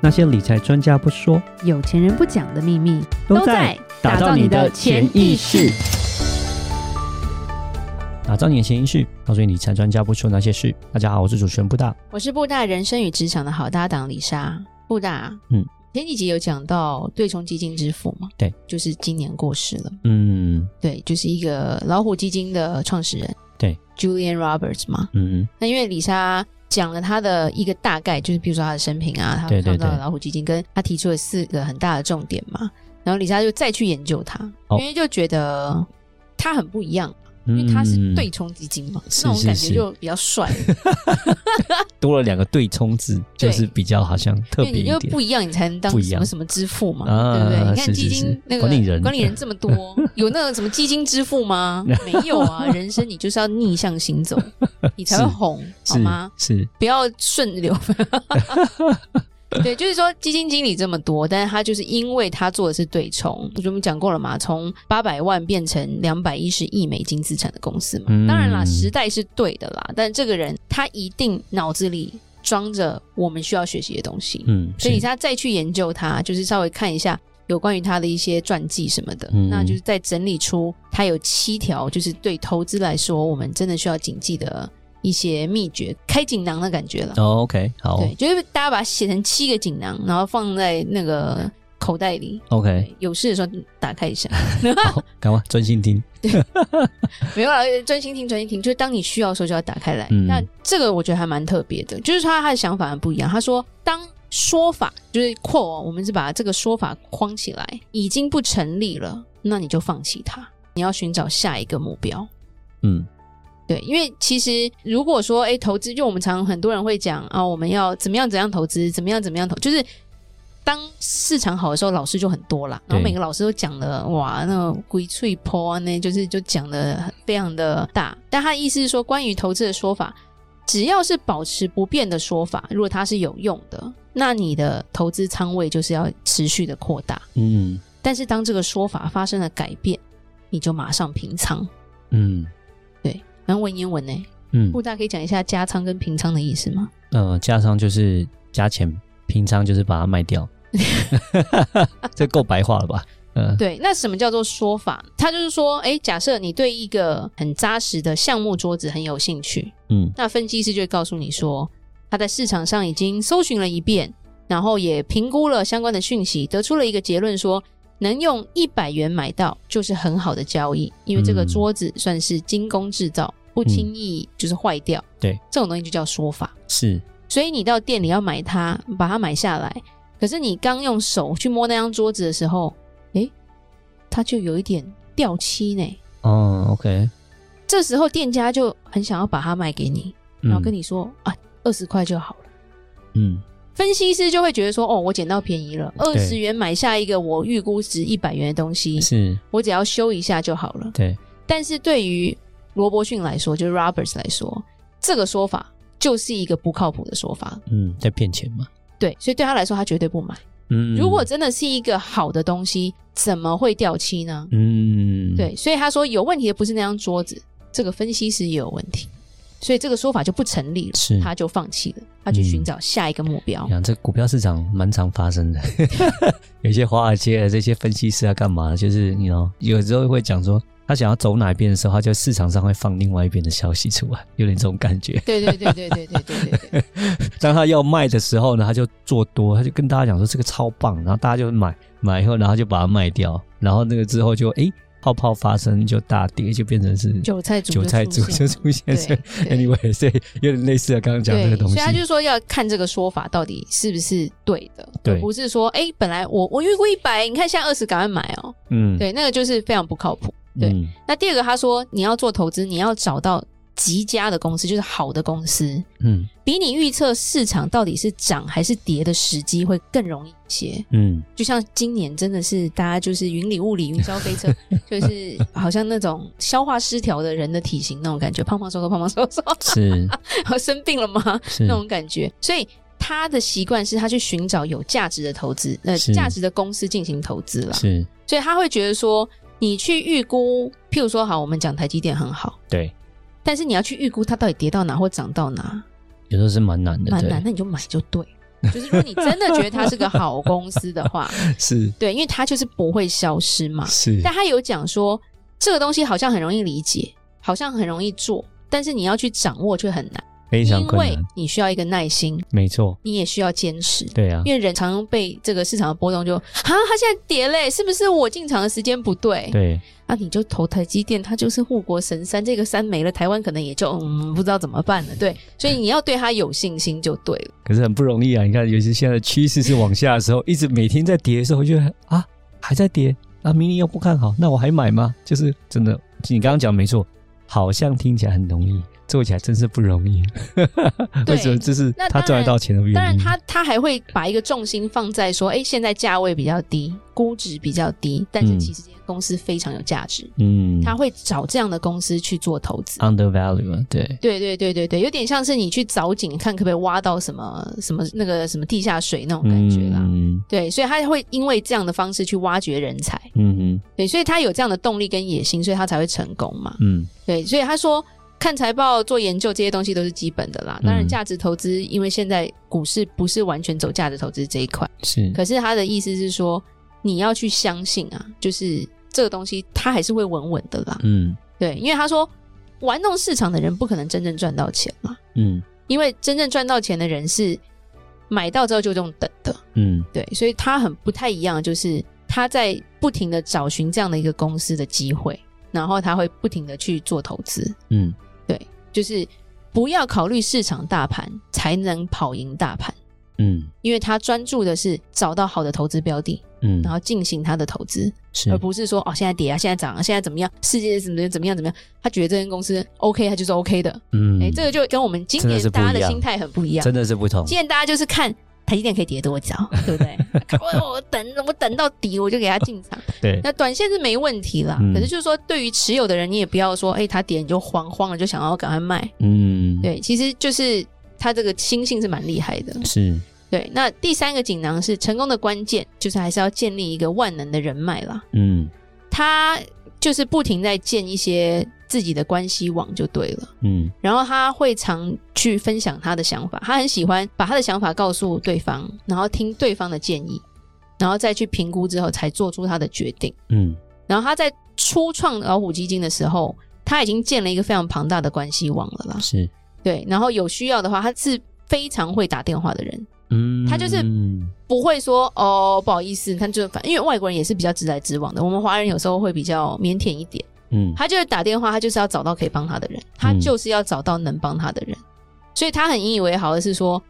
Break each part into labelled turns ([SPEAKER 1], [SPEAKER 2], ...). [SPEAKER 1] 那些理财专家不说，
[SPEAKER 2] 有钱人不讲的秘密
[SPEAKER 1] 打造你的潜意识。打造你的潜意识，告诉你理财专家不说那些事。大家好，我是主持人布大。
[SPEAKER 2] 我是布大人生与职场的好搭档李莎。布大，
[SPEAKER 1] 嗯，
[SPEAKER 2] 前几集有讲到对冲基金之父嘛？
[SPEAKER 1] 对，
[SPEAKER 2] 就是今年过世了。
[SPEAKER 1] 嗯
[SPEAKER 2] 对，就是一个老虎基金的创始人，
[SPEAKER 1] 对
[SPEAKER 2] ，Julian Roberts 嘛。
[SPEAKER 1] 嗯
[SPEAKER 2] 那因为李莎讲了他的一个大概，就是比如说他的生平啊，他
[SPEAKER 1] 对对
[SPEAKER 2] 创造的
[SPEAKER 1] 对
[SPEAKER 2] 老虎基金，跟他提出了四个很大的重点嘛。然后李莎就再去研究他，
[SPEAKER 1] 哦
[SPEAKER 2] 因为就觉得他很不一样，
[SPEAKER 1] 嗯，
[SPEAKER 2] 因为他是对冲基金嘛，
[SPEAKER 1] 是
[SPEAKER 2] 那种感
[SPEAKER 1] 是
[SPEAKER 2] 觉
[SPEAKER 1] 是
[SPEAKER 2] 就比较帅，
[SPEAKER 1] 多了两个对冲字，就是
[SPEAKER 2] 对
[SPEAKER 1] 比较好像特别
[SPEAKER 2] 因为
[SPEAKER 1] 一
[SPEAKER 2] 你就
[SPEAKER 1] 点
[SPEAKER 2] 不。一样，你才能当
[SPEAKER 1] 不一
[SPEAKER 2] 什
[SPEAKER 1] 样
[SPEAKER 2] 么什么之父嘛，
[SPEAKER 1] 啊
[SPEAKER 2] 对不对？你看
[SPEAKER 1] 是
[SPEAKER 2] 基
[SPEAKER 1] 是
[SPEAKER 2] 金
[SPEAKER 1] 是
[SPEAKER 2] 那个
[SPEAKER 1] 管理人
[SPEAKER 2] 这 么多，有那个什么基金之父吗？没有啊，人生你就是要逆向 行走，你才会
[SPEAKER 1] 是
[SPEAKER 2] 红，好
[SPEAKER 1] 是
[SPEAKER 2] 吗？
[SPEAKER 1] 是，
[SPEAKER 2] 不要顺 流。对，就是说基金经理这么多，但是他就是因为他做的是对冲，我们讲过了嘛，从八百万变成两百一十亿美金资产的公司嘛。
[SPEAKER 1] 嗯
[SPEAKER 2] 当然啦，时代是对的啦，但这个人他一定脑子里装着我们需要学习的东西，
[SPEAKER 1] 嗯，
[SPEAKER 2] 所以
[SPEAKER 1] 是
[SPEAKER 2] 他再去研究它，就是稍微看一下有关于他的一些传记什么的，
[SPEAKER 1] 嗯
[SPEAKER 2] 那就是再整理出他有七条，就是对投资来说，我们真的需要谨记的一些秘诀，开锦囊的感觉了。
[SPEAKER 1] 哦 OK 好
[SPEAKER 2] 对，就是大家把它写成七个锦囊，然后放在那个口袋里，
[SPEAKER 1] OK
[SPEAKER 2] 有事的时候打开一下。
[SPEAKER 1] 好，赶快专心听。
[SPEAKER 2] 没有啦，专心听，专心听，就是当你需要的时候就要打开来。
[SPEAKER 1] 嗯
[SPEAKER 2] 那这个我觉得还蛮特别的，就是他他的想法很不一样。他说，当说法就是 quote，哦我们是把这个说法框起来，已经不成立了，那你就放弃它，你要寻找下一个目标。
[SPEAKER 1] 嗯
[SPEAKER 2] 对，因为其实如果说，哎，投资，就我们常很多人会讲啊，我们要怎么样怎样投资，怎么样怎么样投，就是当市场好的时候，老师就很多啦，然后
[SPEAKER 1] 对
[SPEAKER 2] 每个老师都讲的哇，那个鬼吹坡啊，那就是就讲的非常的大。但他的意思是说，关于投资的说法，只要是保持不变的说法，如果它是有用的，那你的投资仓位就是要持续的扩大。
[SPEAKER 1] 嗯
[SPEAKER 2] 但是当这个说法发生了改变，你就马上平仓。
[SPEAKER 1] 嗯
[SPEAKER 2] 然后文言文呢、欸
[SPEAKER 1] 嗯
[SPEAKER 2] 布，大可以讲一下加仓跟平仓的意思吗？
[SPEAKER 1] 呃，加上就是加钱，平常就是把它卖 掉，这够白话了吧？嗯，
[SPEAKER 2] 对，那什么叫做说法？他就是说，诶，假设你对一个很扎实的项目桌子很有兴趣，
[SPEAKER 1] 嗯
[SPEAKER 2] 那分析师就会告诉你说，他在市场上已经搜寻了一遍，然后也评估了相关的讯息，得出了一个结论说。能用一百元买到就是很好的交易，因为这个
[SPEAKER 1] 嗯
[SPEAKER 2] 桌子算是精工制造，不轻易就是坏掉。
[SPEAKER 1] 对，
[SPEAKER 2] 这种东西就叫说法。
[SPEAKER 1] 是，
[SPEAKER 2] 所以你到店里要买它，把它买下来。可是你刚用手去摸那张桌子的时候，诶，它就有一点掉漆呢。
[SPEAKER 1] 哦，OK，
[SPEAKER 2] 这时候店家就很想要把它卖给你，然后跟
[SPEAKER 1] 你，
[SPEAKER 2] 你说、啊，二十块就好了。
[SPEAKER 1] 嗯
[SPEAKER 2] 分析师就会觉得说，哦，我捡到便宜了，二十元买下一个我预估值一百元的东西，
[SPEAKER 1] 是，
[SPEAKER 2] 我只要修一下就好了。
[SPEAKER 1] 对，
[SPEAKER 2] 但是对于罗伯逊来说，就是 Roberts 来说，这个说法就是一个不靠谱的说法。
[SPEAKER 1] 嗯，在骗钱嘛，
[SPEAKER 2] 对，所以对他来说，他绝对不买。
[SPEAKER 1] 嗯，
[SPEAKER 2] 如果，真的是一个好的东西，怎么会掉漆呢？
[SPEAKER 1] 嗯，，
[SPEAKER 2] 对，所以他说有问题的不是那张桌子，这个分析师也有问题，所以这个说法就不成立了，
[SPEAKER 1] 是嗯
[SPEAKER 2] 他就放弃了，他去寻找下一个目标。
[SPEAKER 1] 呀，这股票市场蛮常发生的， 有一些华尔街的这些分析师啊，干嘛？就是你知道，有时候会讲说，他想要走哪一边的时候，他就市场上会放另外一边的消息出来，有点这种感觉。
[SPEAKER 2] 对对对对对对对对对，
[SPEAKER 1] 当他要卖的时候呢，他就做多，他就跟大家讲说这个超棒，然后大家就买，买以后然后就把它卖掉，然后那个之后就诶泡泡发生就大跌，就变成是
[SPEAKER 2] 韭菜族
[SPEAKER 1] 韭菜
[SPEAKER 2] 族
[SPEAKER 1] 猪就出现。
[SPEAKER 2] 对
[SPEAKER 1] 所以
[SPEAKER 2] 对
[SPEAKER 1] anyway，所以有点类似啊的刚刚讲这
[SPEAKER 2] 对
[SPEAKER 1] 个，东
[SPEAKER 2] 所
[SPEAKER 1] 西
[SPEAKER 2] 以，他就说要看这个说法到底是不是对的，
[SPEAKER 1] 对
[SPEAKER 2] 而不是说哎、诶本来我我预估一百，你看现在二十，赶快买哦，
[SPEAKER 1] 嗯，
[SPEAKER 2] 对，那个就是非常不靠谱。对
[SPEAKER 1] 嗯，
[SPEAKER 2] 那第二个，他说你要做投资，你要找到极佳的公司，就是好的公司，
[SPEAKER 1] 嗯
[SPEAKER 2] 比你预测市场到底是涨还是跌的时机会更容易一些。
[SPEAKER 1] 嗯，
[SPEAKER 2] 就像今年真的是大家就是云里雾里、云霄 飞车，就是好像那种消化失调的人的体型那种感觉，胖胖瘦瘦、胖胖瘦瘦，
[SPEAKER 1] 是
[SPEAKER 2] 生病了吗？
[SPEAKER 1] 是
[SPEAKER 2] 那种感觉。所以他的习惯是他去寻找有价值的投资，呃，
[SPEAKER 1] 是
[SPEAKER 2] 价值的公司进行投资了。
[SPEAKER 1] 是，
[SPEAKER 2] 所以他会觉得说，你去预估，譬如说，好，我们讲台积电很好，
[SPEAKER 1] 对，
[SPEAKER 2] 但是你要去预估它到底跌到哪或涨到哪，
[SPEAKER 1] 有时候是蛮难的，
[SPEAKER 2] 蛮
[SPEAKER 1] 对
[SPEAKER 2] 难，，那你就买就对。就是如果你真的觉得它是个好公司的 话，
[SPEAKER 1] 是
[SPEAKER 2] 对，因为它就是不会消失嘛。
[SPEAKER 1] 是
[SPEAKER 2] 但他有讲说，这个东西好像很容易理解，好像很容易做，但是你要去掌握却很难，
[SPEAKER 1] 非常
[SPEAKER 2] 因
[SPEAKER 1] 困
[SPEAKER 2] 为
[SPEAKER 1] 难，
[SPEAKER 2] 你需要一个耐心，
[SPEAKER 1] 没错，
[SPEAKER 2] 你也需要坚持。
[SPEAKER 1] 对啊，
[SPEAKER 2] 因为人常常被这个市场的波动就啊，它现在跌嘞，是不是我进场的时间不对？
[SPEAKER 1] 对
[SPEAKER 2] 啊，你就投台积电，它就是护国神山，这个山没了，台湾可能也就嗯不知道怎么办了。对，所以你要对它有信心就对了。
[SPEAKER 1] 可是很不容易啊！你看，尤其现在的趋势是往下的时候，一直每天在跌的时候，我觉得啊还在跌啊，明年又不看好，那我还买吗？就是真的，你刚刚讲没错，好像听起来很容易，做起来真是不容易。
[SPEAKER 2] 对
[SPEAKER 1] 为什么？这是
[SPEAKER 2] 那
[SPEAKER 1] 他赚
[SPEAKER 2] 当
[SPEAKER 1] 得
[SPEAKER 2] 然
[SPEAKER 1] 到钱的原因。
[SPEAKER 2] 当然他，他还会把一个重心放在说，哎，现在价位比较低，估值比较低，但是
[SPEAKER 1] 嗯
[SPEAKER 2] 其实这些公司非常有价值，
[SPEAKER 1] 嗯
[SPEAKER 2] 他会找这样的公司去做投资。
[SPEAKER 1] ，undervalue 啊，对，
[SPEAKER 2] 对对对对对，有点像是你去找井看可不可以挖到什么什么那个什么地下水那种感觉啦。
[SPEAKER 1] 嗯
[SPEAKER 2] 对，所以他会因为这样的方式去挖掘人才，
[SPEAKER 1] 嗯
[SPEAKER 2] 对，所以他有这样的动力跟野心，所以他才会成功嘛。
[SPEAKER 1] 嗯
[SPEAKER 2] 对，所以他说看财报、做研究这些东西都是基本的啦。当然，
[SPEAKER 1] 嗯
[SPEAKER 2] 价值投资因为现在股市不是完全走价值投资这一块，
[SPEAKER 1] 是
[SPEAKER 2] 可是他的意思是说你要去相信啊，就是这个东西它还是会稳稳的啦。
[SPEAKER 1] 嗯
[SPEAKER 2] 对，因为他说玩弄市场的人不可能真正赚到钱嘛，
[SPEAKER 1] 嗯
[SPEAKER 2] 因为真正赚到钱的人是买到之后就这种等的。
[SPEAKER 1] 嗯
[SPEAKER 2] 对，所以他很不太一样，就是他在不停的找寻这样的一个公司的机会，然后他会不停的去做投资，
[SPEAKER 1] 嗯，
[SPEAKER 2] 就是不要考虑市场大盘才能跑赢大盘，
[SPEAKER 1] 嗯
[SPEAKER 2] 因为他专注的是找到好的投资标的，
[SPEAKER 1] 嗯，
[SPEAKER 2] 然后进行他的投资，
[SPEAKER 1] 是
[SPEAKER 2] 而不是说哦现在跌啊，现在涨啊，现在怎么样，世界怎么怎么样怎么样，他觉得这间公司 OK，他就是 OK 的，
[SPEAKER 1] 嗯
[SPEAKER 2] 哎、这个就跟我们今
[SPEAKER 1] 真的
[SPEAKER 2] 年
[SPEAKER 1] 是不一
[SPEAKER 2] 大家的
[SPEAKER 1] 样
[SPEAKER 2] 心态很不一样，
[SPEAKER 1] 真的是不同，
[SPEAKER 2] 今天大家就是看台积电可以跌多少，对不对？我我等我等到底，我就给它进场。
[SPEAKER 1] 对
[SPEAKER 2] 那短线是没问题啦，
[SPEAKER 1] 嗯
[SPEAKER 2] 可是就是说，对于持有的人，你也不要说，哎、它跌你就慌慌了，就想要赶快卖。
[SPEAKER 1] 嗯
[SPEAKER 2] 对，其实就是它这个心性是蛮厉害的。
[SPEAKER 1] 是
[SPEAKER 2] 对，那第三个锦囊是成功的关键，就是还是要建立一个万能的人脉啦。
[SPEAKER 1] 嗯
[SPEAKER 2] 他就是不停在建一些自己的关系网就对了。
[SPEAKER 1] 嗯
[SPEAKER 2] 然后他会常去分享他的想法，他很喜欢把他的想法告诉对方，然后听对方的建议，然后再去评估之后才做出他的决定。
[SPEAKER 1] 嗯
[SPEAKER 2] 然后他在初创老虎基金的时候，他已经建了一个非常庞大的关系网了啦。
[SPEAKER 1] 是
[SPEAKER 2] 对，然后有需要的话，他是非常会打电话的人，
[SPEAKER 1] 嗯，
[SPEAKER 2] 他就是
[SPEAKER 1] 嗯
[SPEAKER 2] 不会说哦不好意思，他就反因为外国人也是比较直来直往的，我们华人有时候会比较腼腆一点。
[SPEAKER 1] 嗯
[SPEAKER 2] 他就是打电话，他就是要找到可以帮他的人，他就是要找到能帮他的人，所以他很引以为豪的是说，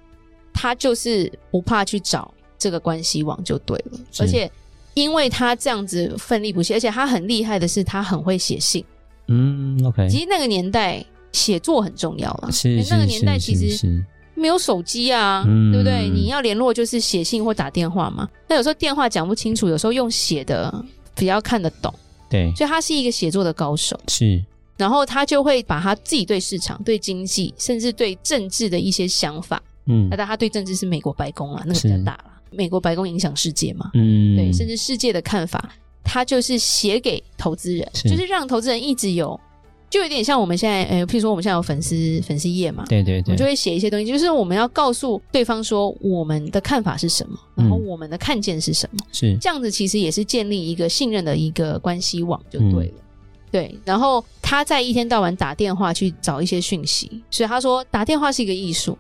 [SPEAKER 2] 他就是不怕去找这个关系网就对了，
[SPEAKER 1] 是
[SPEAKER 2] 而且因为他这样子奋力不懈，而且他很厉害的是他很会写信，
[SPEAKER 1] 嗯 OK，
[SPEAKER 2] 其实那个年代写作很重要了，
[SPEAKER 1] 是
[SPEAKER 2] 那个
[SPEAKER 1] 是
[SPEAKER 2] 年代
[SPEAKER 1] 是
[SPEAKER 2] 其
[SPEAKER 1] 是
[SPEAKER 2] 实
[SPEAKER 1] 是
[SPEAKER 2] 没有手机啊，
[SPEAKER 1] 嗯
[SPEAKER 2] 对不对？你要联络就是写信或打电话嘛，那有时候电话讲不清楚，有时候用写的比较看得懂，
[SPEAKER 1] 对
[SPEAKER 2] 所以他是一个写作的高手。
[SPEAKER 1] 是
[SPEAKER 2] 然后他就会把他自己对市场、对经济，甚至对政治的一些想法。
[SPEAKER 1] 嗯
[SPEAKER 2] 那但他对政治是美国白宫啊，那个比较
[SPEAKER 1] 是
[SPEAKER 2] 大了。美国白宫影响世界嘛，
[SPEAKER 1] 嗯
[SPEAKER 2] 对，甚至世界的看法，他就是写给投资人，
[SPEAKER 1] 是
[SPEAKER 2] 就是让投资人一直有，就有点像我们现在，呃，譬如说我们现在有粉丝粉丝页嘛。
[SPEAKER 1] 对对
[SPEAKER 2] 我们就
[SPEAKER 1] 对
[SPEAKER 2] 会写一些东西，就是我们要告诉对方说我们的看法是什么，然后
[SPEAKER 1] 嗯
[SPEAKER 2] 我们的看见是什么。
[SPEAKER 1] 是
[SPEAKER 2] 这样子其实也是建立一个信任的一个关系网就对
[SPEAKER 1] 嗯
[SPEAKER 2] 了。对，然后他在一天到晚打电话去找一些讯息，所以他说打电话是一个艺术。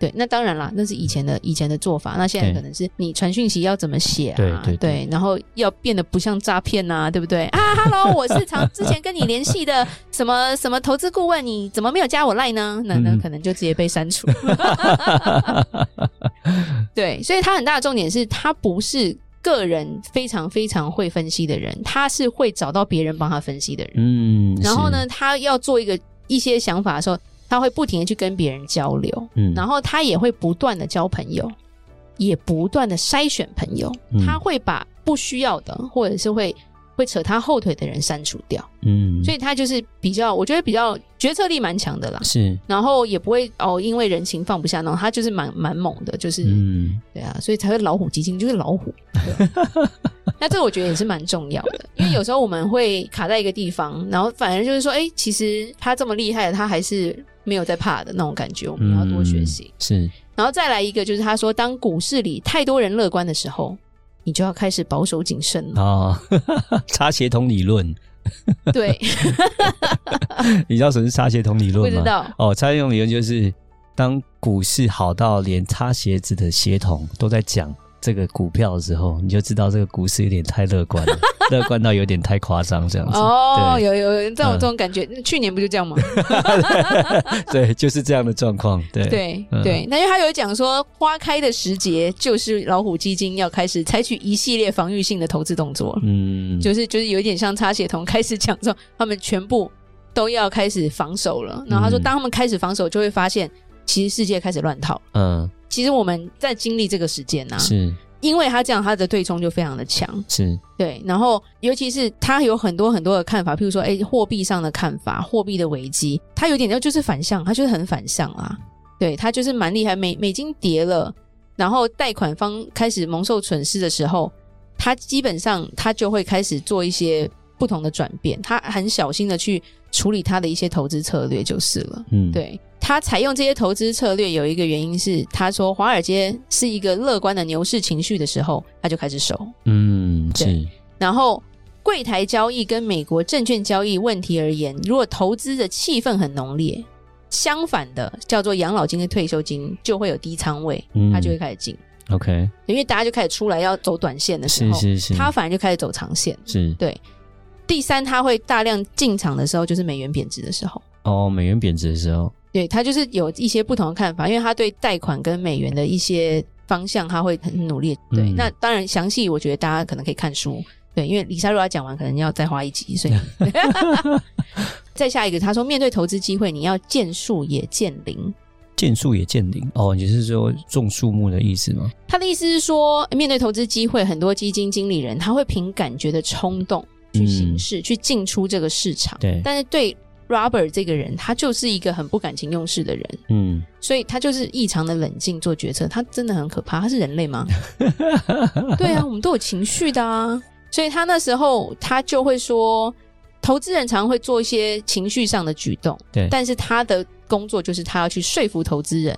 [SPEAKER 2] 对，那当然啦，那是以前的以前的做法，那现在
[SPEAKER 1] 对
[SPEAKER 2] 可能是你传讯息要怎么写啊？
[SPEAKER 1] 对对对
[SPEAKER 2] 然后要变得不像诈骗啊，对不对？啊，Hello，我是常之前跟你联系的什么什么投资顾问，你怎么没有加我赖呢？那那
[SPEAKER 1] 嗯
[SPEAKER 2] 可能就直接被删除。对，所以他很大的重点是他不是个人非常非常会分析的人，他是会找到别人帮他分析的人。
[SPEAKER 1] 嗯，
[SPEAKER 2] 然后
[SPEAKER 1] 是
[SPEAKER 2] 呢，他要做一个一些想法的时候，他会不停的去跟别人交流，
[SPEAKER 1] 嗯，
[SPEAKER 2] 然后他也会不断的交朋友，也不断的筛选朋友，
[SPEAKER 1] 嗯
[SPEAKER 2] 他会把不需要的或者是会会扯他后腿的人删除掉，
[SPEAKER 1] 嗯，
[SPEAKER 2] 所
[SPEAKER 1] 以
[SPEAKER 2] 以他就是比较，我觉得比较决策力蛮强的啦。
[SPEAKER 1] 是
[SPEAKER 2] 然后也不会哦，因为人情放不下那种，他就是蛮蛮猛的，就是、
[SPEAKER 1] 嗯
[SPEAKER 2] 对啊，所以才会老虎基金就是老 虎。对啊那这个我觉得也是蛮重要的，因为有时候我们会卡在一个地方，然后反而就是说，哎、其实他这么厉害，他还是没有在怕的那种感觉，我们要多学习。
[SPEAKER 1] 嗯是
[SPEAKER 2] 然后再来一个就是他说，当股市里太多人乐观的时候，你就要开始保守谨慎了。
[SPEAKER 1] 啊，擦鞋桶理论，
[SPEAKER 2] 对，
[SPEAKER 1] 你知道什么是擦鞋桶理
[SPEAKER 2] 不
[SPEAKER 1] 论吗？
[SPEAKER 2] 知道，
[SPEAKER 1] 哦，擦鞋桶理论就是当股市好到连擦鞋子的鞋桶都在讲这个股票的时候，你就知道这个股市有点太乐 观了，乐观到有点太夸张这样子。
[SPEAKER 2] 哦，
[SPEAKER 1] 对
[SPEAKER 2] 有有有这种
[SPEAKER 1] 嗯
[SPEAKER 2] 这种感觉，去年不就这 样吗？
[SPEAKER 1] 对，就是这样的状况。对，
[SPEAKER 2] 对
[SPEAKER 1] 嗯
[SPEAKER 2] 对，那因为他有讲说，花开的时节就是老虎基金要开始采取一系列防御性的投资动作，
[SPEAKER 1] 嗯，
[SPEAKER 2] 就是就是有一点像擦鞋童开始讲说，他们全部都要开始防守了。然后他说，
[SPEAKER 1] 嗯
[SPEAKER 2] 当他们开始防守，就会发现其实世界开始乱套。
[SPEAKER 1] 嗯，
[SPEAKER 2] 其实我们在经历这个时间呐、啊
[SPEAKER 1] 是
[SPEAKER 2] 因为他这样，他的对冲就非常的强，
[SPEAKER 1] 是，
[SPEAKER 2] 对。然后尤其是他有很多很多的看法，譬如说，哎，货币上的看法，货币的危机，他有点就是反向，他就是很反向啊。对他就是蛮厉害，美美金跌了，然后贷款方开始蒙受损失的时候，他基本上他就会开始做一些不同的转变，他很小心的去处理他的一些投资策略就是了。
[SPEAKER 1] 嗯，，
[SPEAKER 2] 对他采用这些投资策略，有一个原因是，他说华尔街是一个乐观的牛市情绪的时候，他就开始守。
[SPEAKER 1] 嗯，是
[SPEAKER 2] 对，然后柜台交易跟美国证券交易问题而言，如果投资的气氛很浓烈，相反的叫做养老金跟退休金就会有低仓位，
[SPEAKER 1] 嗯
[SPEAKER 2] 他就会开始进，
[SPEAKER 1] OK，
[SPEAKER 2] 因为大家就开始出来要走短线的时
[SPEAKER 1] 是
[SPEAKER 2] 候，
[SPEAKER 1] 是是，
[SPEAKER 2] 哦他反而就开始走长线。
[SPEAKER 1] 是
[SPEAKER 2] 第三，他会大量进场的时候，就是美元贬值的时候。
[SPEAKER 1] 哦，美元贬值的时候，
[SPEAKER 2] 对他就是有一些不同的看法，因为他对贷款跟美元的一些方向，他会很努力。对，
[SPEAKER 1] 嗯
[SPEAKER 2] 那当然详细，我觉得大家可能可以看书。对，因为李莎如果要讲完，可能要再花一集，所以 再下一个，他说面对投资机会，你要见树也见林。
[SPEAKER 1] 见树也见林哦，你是说种树木的意思吗？
[SPEAKER 2] 他的意思是说，面对投资机会，很多基金经理人他会凭感觉的冲动去
[SPEAKER 1] 嗯
[SPEAKER 2] 行事，去进出这个市场。
[SPEAKER 1] 对
[SPEAKER 2] 但是对 Robert 这个人，他就是一个很不感情用事的人。
[SPEAKER 1] 嗯，
[SPEAKER 2] 所以他就是异常的冷静做决策，他真的很可怕。他是人类吗？ 对啊，我们都有情绪的啊。所以他那时候他就会说，投资人常会做一些情绪上的举动，
[SPEAKER 1] 对
[SPEAKER 2] 但是他的工作就是他要去说服投资人，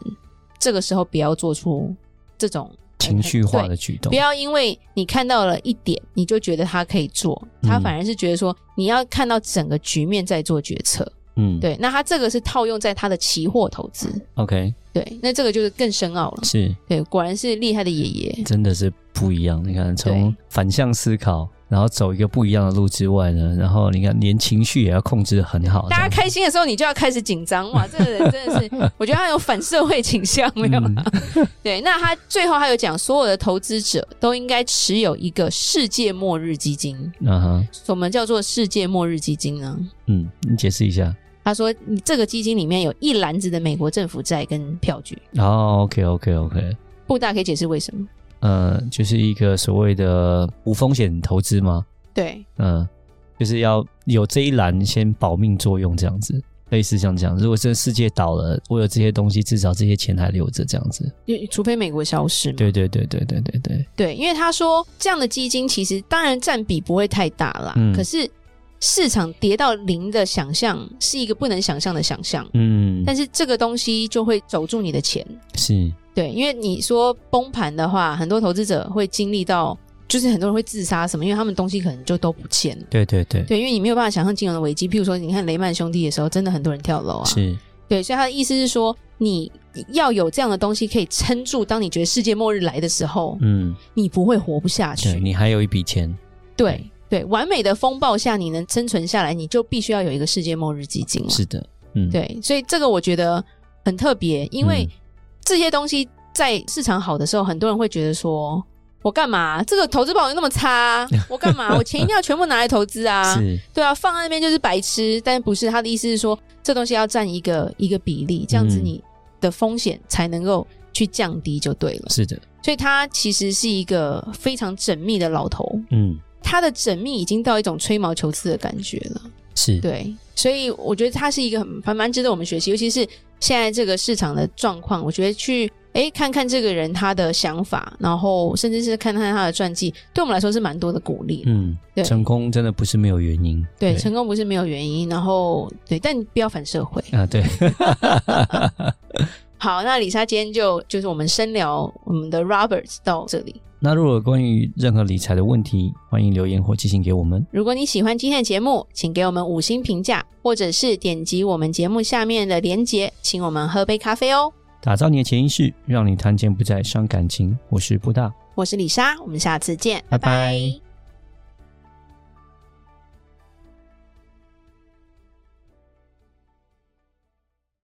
[SPEAKER 2] 这个时候不要做出这种
[SPEAKER 1] 情绪化
[SPEAKER 2] 对
[SPEAKER 1] 的举动
[SPEAKER 2] 不，要因为你看到了一点，你就觉得他可以做，他反而是觉得说你要看到整个局面再做决策。
[SPEAKER 1] 嗯，
[SPEAKER 2] 对，那他这个是套用在他的期货投资。
[SPEAKER 1] ，OK，
[SPEAKER 2] 对，那这个就是更深奥了。
[SPEAKER 1] 是，
[SPEAKER 2] 对，果然是厉害的爷爷。
[SPEAKER 1] 真的是不一样。你看，从反向思考，然后走一个不一样的路之外呢，然后你看，连情绪也要控制的很好。
[SPEAKER 2] 大家
[SPEAKER 1] 这样
[SPEAKER 2] 开心的时候，你就要开始紧张。哇，这个人真的 是，我觉得他有反社会倾向，没
[SPEAKER 1] 嗯
[SPEAKER 2] 有啦？对，那他最后还有讲，所有的投资者都应该持有一个世界末日基金。
[SPEAKER 1] 啊哈，
[SPEAKER 2] 什么叫做世界末日基金呢？
[SPEAKER 1] 嗯，你解释一下。
[SPEAKER 2] 他说，你这个基金里面有一篮子的美国政府债跟票据。
[SPEAKER 1] 哦，OK，OK，OK，
[SPEAKER 2] 布大可以解释为什么？
[SPEAKER 1] 呃，就是一个所谓的无风险投资吗？
[SPEAKER 2] 对，
[SPEAKER 1] 嗯，就是要有这一栏先保命作用，这样子，类似像这样。如果这世界倒了，我有这些东西，至少这些钱还留着，这样子。
[SPEAKER 2] 因为除非美国消失嘛。
[SPEAKER 1] 对对对对对对对，
[SPEAKER 2] 对，因为他说这样的基金其实当然占比不会太大啦，
[SPEAKER 1] 嗯
[SPEAKER 2] 可是市场跌到零的想象是一个不能想象的想象，
[SPEAKER 1] 嗯，
[SPEAKER 2] 但是这个东西就会走住你的钱。
[SPEAKER 1] 是，
[SPEAKER 2] 对，因为你说崩盘的话，很多投资者会经历到，就是很多人会自杀什么，因为他们东西可能就都不见了。
[SPEAKER 1] 对对对，
[SPEAKER 2] 对，因为你没有办法想象金融的危机，譬如说，你看雷曼兄弟的时候，真的很多人跳楼啊。
[SPEAKER 1] 是，
[SPEAKER 2] 对，所以他的意思是说，你要有这样的东西可以撑住，当你觉得世界末日来的时候，
[SPEAKER 1] 嗯，
[SPEAKER 2] 你不会活不下去
[SPEAKER 1] 对。你还有一笔钱，
[SPEAKER 2] 对对，完美的风暴下，你能生存下来，你就必须要有一个世界末日基金了。
[SPEAKER 1] 是的，嗯，
[SPEAKER 2] 对，所以这个我觉得很特别，因为
[SPEAKER 1] 嗯
[SPEAKER 2] 这些东西在市场好的时候，很多人会觉得说我干嘛？这个投资报酬那么差、 我干嘛？我钱一定要全部拿来投资啊！
[SPEAKER 1] 是
[SPEAKER 2] 对啊，放在那边就是白痴，但不是他的意思是说，这东西要占一个一个比例，这样子
[SPEAKER 1] 嗯
[SPEAKER 2] 你的风险才能够去降低就对了。
[SPEAKER 1] 是的，
[SPEAKER 2] 所以他其实是一个非常缜密的老头，
[SPEAKER 1] 嗯，
[SPEAKER 2] 他的缜密已经到一种吹毛求疵的感觉了。
[SPEAKER 1] 是，
[SPEAKER 2] 对，所以我觉得他是一个很蛮蛮值得我们学习，尤其是现在这个市场的状况，我觉得去哎看看这个人他的想法，然后甚至是看看他的传记，对我们来说是蛮多的鼓励。
[SPEAKER 1] 嗯
[SPEAKER 2] 对，
[SPEAKER 1] 成功真的不是没有原因，
[SPEAKER 2] 对，成功不是没有原因，然后对，但不要反社会。
[SPEAKER 1] 啊，对，
[SPEAKER 2] 好，那李莎今天就就是我们深聊我们的 Roberts 到这里。
[SPEAKER 1] 那如果关于任何理财的问题，欢迎留言或寄信给我们。
[SPEAKER 2] 如果你喜欢今天的节目，请给我们五星评价，或者是点击我们节目下面的连结，请我们喝杯咖啡哦。
[SPEAKER 1] 打造你的潜意识，让你谈钱不再伤感情。我是布大，
[SPEAKER 2] 我是李莎，我们下次见，
[SPEAKER 1] 拜拜
[SPEAKER 2] 拜